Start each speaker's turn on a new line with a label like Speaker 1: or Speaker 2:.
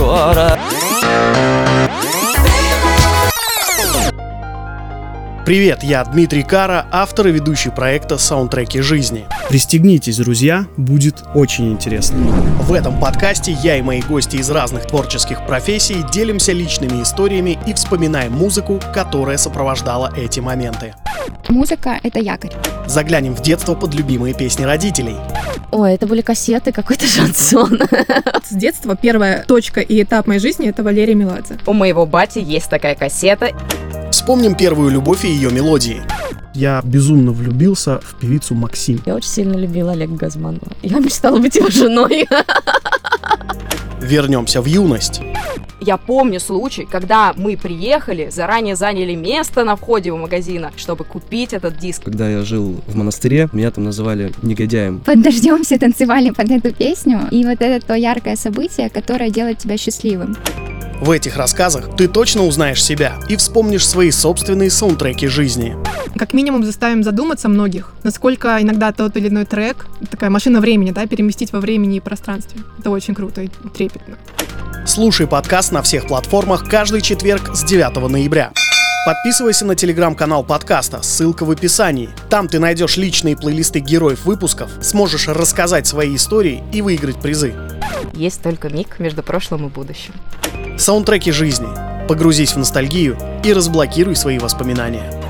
Speaker 1: скоро
Speaker 2: Привет, я Дмитрий Кара, автор и ведущий проекта «Саундтреки жизни».
Speaker 3: Пристегнитесь, друзья, будет очень интересно.
Speaker 2: В этом подкасте я и мои гости из разных творческих профессий делимся личными историями и вспоминаем музыку, которая сопровождала эти моменты.
Speaker 4: Музыка — это якорь.
Speaker 2: Заглянем в детство под любимые песни родителей.
Speaker 5: Ой, это были кассеты, какой-то шансон.
Speaker 6: С детства первая точка и этап моей жизни – это Валерия Меладзе.
Speaker 7: У моего бати есть такая кассета.
Speaker 2: Вспомним первую любовь и ее мелодии.
Speaker 3: Я безумно влюбился в певицу Максим.
Speaker 5: Я очень сильно любила Олега Газманова. Я мечтала быть его женой.
Speaker 2: Вернемся в юность.
Speaker 7: Я помню случай, когда мы приехали, заранее заняли место на входе у магазина, чтобы купить этот диск.
Speaker 8: Когда я жил в монастыре, меня там называли негодяем.
Speaker 4: Под дождем все танцевали под эту песню, и вот это то яркое событие, которое делает тебя счастливым.
Speaker 2: В этих рассказах ты точно узнаешь себя и вспомнишь свои собственные саундтреки жизни.
Speaker 6: Как минимум заставим задуматься многих, насколько иногда тот или иной трек, такая машина времени, да, переместить во времени и пространстве. Это очень круто и трепетно.
Speaker 2: Слушай подкаст на всех платформах каждый четверг с 9 ноября. Подписывайся на телеграм-канал подкаста, ссылка в описании. Там ты найдешь личные плейлисты героев выпусков, сможешь рассказать свои истории и выиграть призы.
Speaker 7: Есть только миг между прошлым и будущим.
Speaker 2: Саундтреки жизни. Погрузись в ностальгию и разблокируй свои воспоминания.